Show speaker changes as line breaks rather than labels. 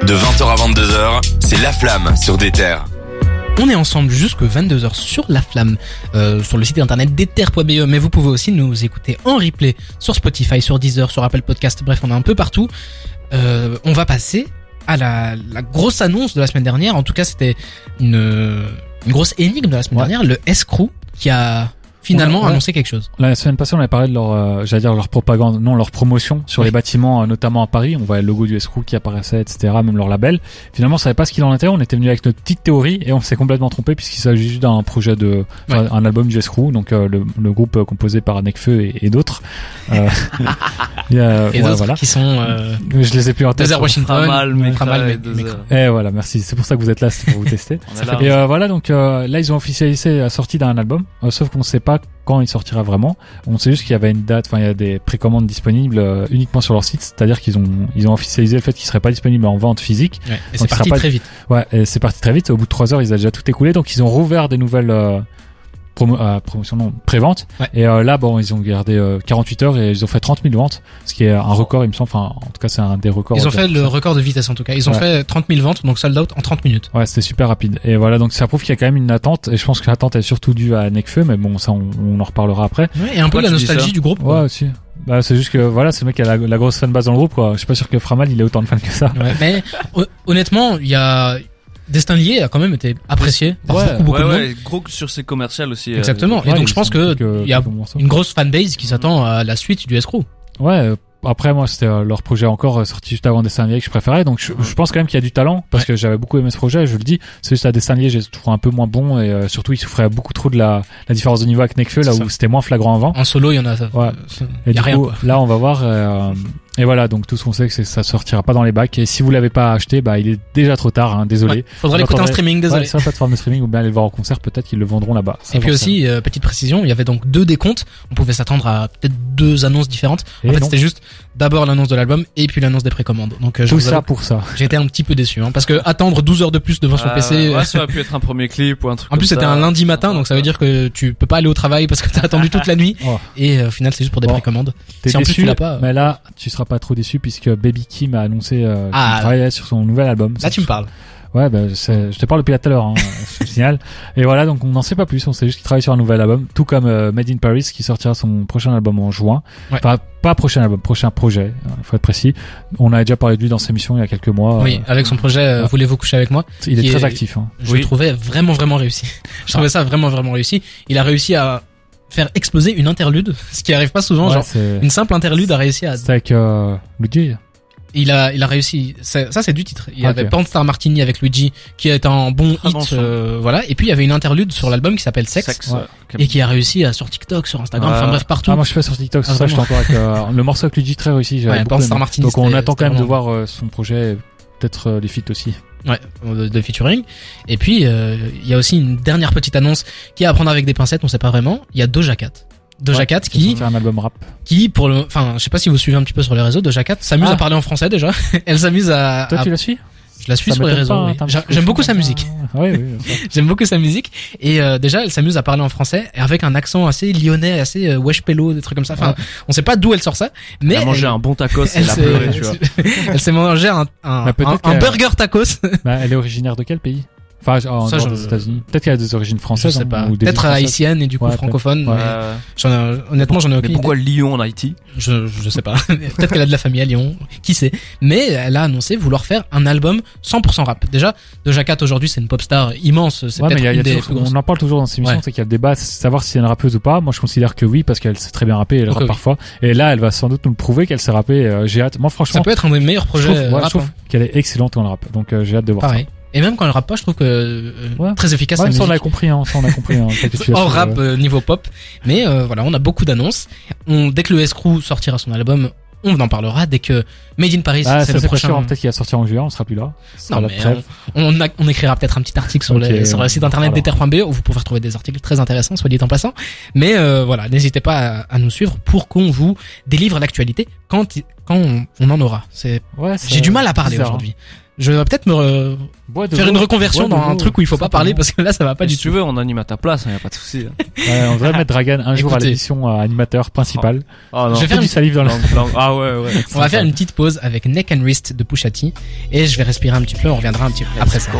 De 20h à 22h, c'est La Flamme sur des terres.
On est ensemble jusque 22h sur La Flamme, euh, sur le site internet d'Ether.be, E. mais vous pouvez aussi nous écouter en replay sur Spotify, sur Deezer, sur Apple Podcast, bref, on est un peu partout. Euh, on va passer à la, la grosse annonce de la semaine dernière, en tout cas c'était une, une grosse énigme de la semaine
Ouais.
dernière, le escroc qui a finalement
Ouais, ouais.
annoncé quelque chose.
La semaine passée, on avait parlé de leur, euh, j'allais dire leur propagande, non, leur promotion sur
Oui.
les bâtiments, euh, notamment à Paris. On voyait le logo du escroc qui apparaissait, etc., même leur label. Finalement, on savait pas ce qu'il en était. On était venu avec notre petite théorie et on s'est complètement trompé puisqu'il s'agit juste d'un projet de, enfin,
Ouais.
un album du escroc, donc euh, le, le groupe euh, composé par Necfeu et, et d'autres. Euh, il y a-
Et
ouais,
d'autres
voilà.
qui sont euh,
Je les ai plus en tête.
Denzel Washington,
Pas mal, mais
pas
ça,
mal, mais-
deux
mais
heures.
quand-
Et voilà, merci. C'est pour ça que vous êtes là, c'est pour vous tester.
On est là.
Et euh, voilà, donc euh, là, ils ont officialisé la sortie d'un album, euh, sauf qu'on ne sait pas quand il sortira vraiment. On sait juste qu'il y avait une date, enfin, il y a des précommandes disponibles euh, uniquement sur leur site, c'est-à-dire qu'ils ont, ils ont officialisé le fait qu'il serait pas disponible en vente physique.
ouais, et c'est
Donc,
parti
sera pas-
très vite.
Ouais, et c'est parti très vite. Au bout de trois heures, ils avaient déjà tout écoulé, donc ils ont rouvert des nouvelles euh, promo- euh, promotions, non, préventes.
Ouais.
Et euh, là, bon, ils ont gardé euh, 48 heures et ils ont fait 30 000 ventes, ce qui est un record, il me semble. Enfin, en tout cas, c'est un des records.
Ils ont
de-
fait le record de vitesse en tout cas. Ils ont
Ouais.
fait 30 000 ventes, donc sold out en 30 minutes.
Ouais, c'était super rapide. Et voilà, donc ça prouve qu'il y a quand même une attente. Et je pense que l'attente est surtout due à Nekfeu, mais bon, ça, on, on en reparlera après.
Ouais, et un peu
Pourquoi
la
tu dis ça
nostalgie du groupe.
Ouais,
quoi.
aussi. Bah, c'est juste que voilà, c'est le mec qui a la, la grosse fanbase dans le groupe, quoi. Je suis pas sûr que Framal, il ait autant de fans que ça.
Ouais, mais hon- honnêtement, il y a Destin lié a quand même été apprécié par
Ouais.
beaucoup, beaucoup
ouais,
de
ouais,
monde.
gros sur ses commerciales aussi. euh,
Exactement. Et
Ouais,
donc
ils
je pense
ont
que
quelques-
il y a
quelques bons morceaux.
une grosse fanbase qui s'attend à la suite du escroc.
Ouais, euh, après, moi, c'était euh, leur projet encore euh, sorti juste avant Destin Lié que je préférais. Donc, je, je pense quand même qu'il y a du talent parce que j'avais beaucoup aimé ce projet, je le dis. C'est juste à Destin Lié, je le trouve un peu moins bon et euh, surtout, il souffrait beaucoup trop de la, la différence de niveau avec Nekfeu, là
C'est ça.
où c'était moins flagrant avant.
En solo, il y en a. ça-
Ouais.
ça-
Et
Il y a
du
rien.
coup,
quoi.
là, on va voir. euh, et voilà, donc tout ce qu'on sait, c'est que ça sortira pas dans les bacs. Et si vous l'avez pas acheté, bah, il est déjà trop tard. hein, désolé.
Ouais, faudra l'écouter en
J'entendrai-
streaming, désolé.
Ouais, sur la plateforme de streaming ou bien aller le voir en concert, peut-être qu'ils le vendront là-bas. Ça,
et puis
j'en
aussi, euh, petite précision, il y avait donc deux décomptes. On pouvait s'attendre à peut-être deux annonces différentes.
sais.
en
Et
fait,
non,
c'était juste d'abord l'annonce de l'album et puis l'annonce des précommandes. Donc euh, je
tout
vous
ça
avoue,
pour ça.
j'étais un petit peu déçu, hein, parce que attendre 12 heures de plus devant son
Ah,
PC. euh,
ouais, ça aurait pu être un premier clip ou un truc.
En plus,
comme
c'était
ça.
un lundi matin, donc ça veut dire que tu peux pas aller au travail parce que t'as attendu toute la nuit.
Oh.
Et euh, au final, c'est juste pour des
Bon.
précommandes.
T'es
Si en plus
déçu,
tu l'as pas, euh.
mais là, tu seras pas trop déçu puisque Baby Kim a annoncé euh,
Ah.
qu'il travaillait sur son nouvel album.
Là, tu me parles.
Ouais, bah, c'est- je te parle depuis là tout à l'heure, hein, je te signale. Et voilà, donc on n'en sait pas plus, on sait juste qu'il travaille sur un nouvel album, tout comme euh, Made in Paris qui sortira son prochain album en juin.
Ouais.
Enfin, pas prochain album, prochain projet, il faut être précis. On avait déjà parlé de lui dans ses missions il y a quelques mois.
Oui,
Euh,
avec son projet euh,
Ouais.
Voulez-vous coucher avec moi
il est
qui
très
est-
actif. Hein.
Je
Oui.
le trouvais vraiment, vraiment réussi. Je trouvais ça vraiment, vraiment réussi. Il a réussi à faire exploser une interlude, ce qui arrive pas souvent.
Ouais,
genre,
c'est
une simple interlude a réussi à.
c'est avec euh, Luigi.
Il a, il a réussi. c'est- Ça, c'est du titre. Il y
Ok.
avait Panstar Martini avec Luigi, qui est un bon
Ah,
hit,
bon son.
euh, voilà. Et puis il y avait une interlude sur l'album qui s'appelle Sex,
Sexe,
Ouais.
ouais.
et qui a réussi à sur TikTok, sur Instagram,
Ouais.
enfin bref partout.
Ah, moi je suis pas sur TikTok, c'est
Ah,
ça je
vraiment.
t'entends avec euh, le morceau avec Luigi très réussi. j'avais
Ouais,
beaucoup
Pornstar
aimé.
Martini,
Donc on
c'était-
attend quand même
c'était
de voir euh, son projet, peut-être euh, les feats aussi.
Ouais, de, de featuring. Et puis, euh, il y a aussi une dernière petite annonce qui est à prendre avec des pincettes, on sait pas vraiment. Il y a Doja Cat. Doja
Ouais,
Cat qui,
C'est un album rap.
qui, pour le, enfin, je sais pas si vous suivez un petit peu sur les réseaux, Doja Cat s'amuse
Ah.
à parler en français déjà. Elle s'amuse à,
Toi
à-
tu la suis
Ah, je la suis
Ça
sur les
m'étonne
réseaux.
pas, hein,
oui.
t'as un
J'a-
petit
J'aime
peu
beaucoup sa
comme ça.
musique.
Oui, oui. ça.
J'aime beaucoup sa musique. Et euh, déjà, elle s'amuse à parler en français et avec un accent assez lyonnais, assez euh, wesh pélo, des trucs comme ça. Enfin,
Ouais.
on sait pas d'où elle sort ça, mais
Elle a mangé un bon tacos,
elle
elle a
s'est-
pleuré, tu vois.
elle s'est mangé un, un,
Bah, peut-être
un- un
qu'elle-
burger tacos.
Bah, elle est originaire de quel pays Enfin, oh, en
Ça,
dehors
je-
des États-Unis. Peut-être qu'elle a des origines
Je
françaises.
sais
hein,
pas.
ou des îles
Peut-être
françaises.
haïtienne et du coup
Ouais,
francophone.
peut-être.
mais-
Euh,
J'en ai- honnêtement, j'en ai
mais
aucune idée.
pourquoi Lyon en Haïti
Je, je sais pas. Peut-être qu'elle a de la famille à Lyon, qui sait. Mais elle a annoncé vouloir faire un album 100% rap. Déjà, Doja Cat aujourd'hui, c'est une pop star immense. C'est
Ouais, mais
peut-être
il y a- il
une
y a
des
toujours-
plus grosses.
on en parle toujours dans ces émissions,
Ouais.
c'est qu'il y a le débat, c'est savoir si elle est rappeuse ou pas. Moi, je considère que oui, parce qu'elle sait très bien rapper, elle
Ok,
rappe
oui.
parfois. Et là, elle va sans doute nous le prouver qu'elle sait rapper. euh, J'ai hâte. Moi,
Ça
franchement,
peut être un des meilleurs projets
je trouve, ouais,
rap,
je trouve
hein.
qu'elle est excellente en rap. Donc, euh, j'ai hâte de voir
Pareil. Et même quand elle rappe pas, je trouve que euh,
Ouais.
très efficace.
ça. Ouais,
sa
ça, on
musique.
l'a compris, hein, ça, on a compris. Hein, le fait que tu as
hors
sur,
rap
euh,
euh, niveau pop. Mais euh, voilà, on a beaucoup d'annonces. On dès que le escrew sortira son album, on en parlera. Dès que Made in Paris,
Ah,
c'est
ça,
le
c'est pas
prochain.
sûr, hein, peut-être qu'il va sortir en juillet, on sera plus là. Ça
Non,
va
mais
être bref.
On, a- on écrira peut-être un petit article sur,
Ok,
le, sur le site internet
alors.
d'ether.be où E. vous pouvez retrouver des articles très intéressants, soit dit en passant. Mais euh, voilà, n'hésitez pas à, à nous suivre pour qu'on vous délivre l'actualité quand, quand on, on en aura. C'est
Ouais, ça-
J'ai du mal à parler
bizarre, hein.
aujourd'hui. Je vais peut-être me re-
Bois de
faire
l'eau.
une reconversion
Bois de
dans un
l'eau,
truc où il faut pas parler
simplement.
parce que là ça va pas
Et
du
si tu
tout.
veux, on anime à ta place, hein, y a pas de souci. hein.
Ouais, Euh, on devrait mettre Dragan un jour à
Écoutez.
l'émission euh, animateur principal.
Ah non.
Je vais faire
du
une-
salive dans la
Langue- langue- Ah ouais, ouais.
On va faire une petite pause avec Neck and Wrist de Pushati et je vais respirer un petit peu, on reviendra un petit peu après ça.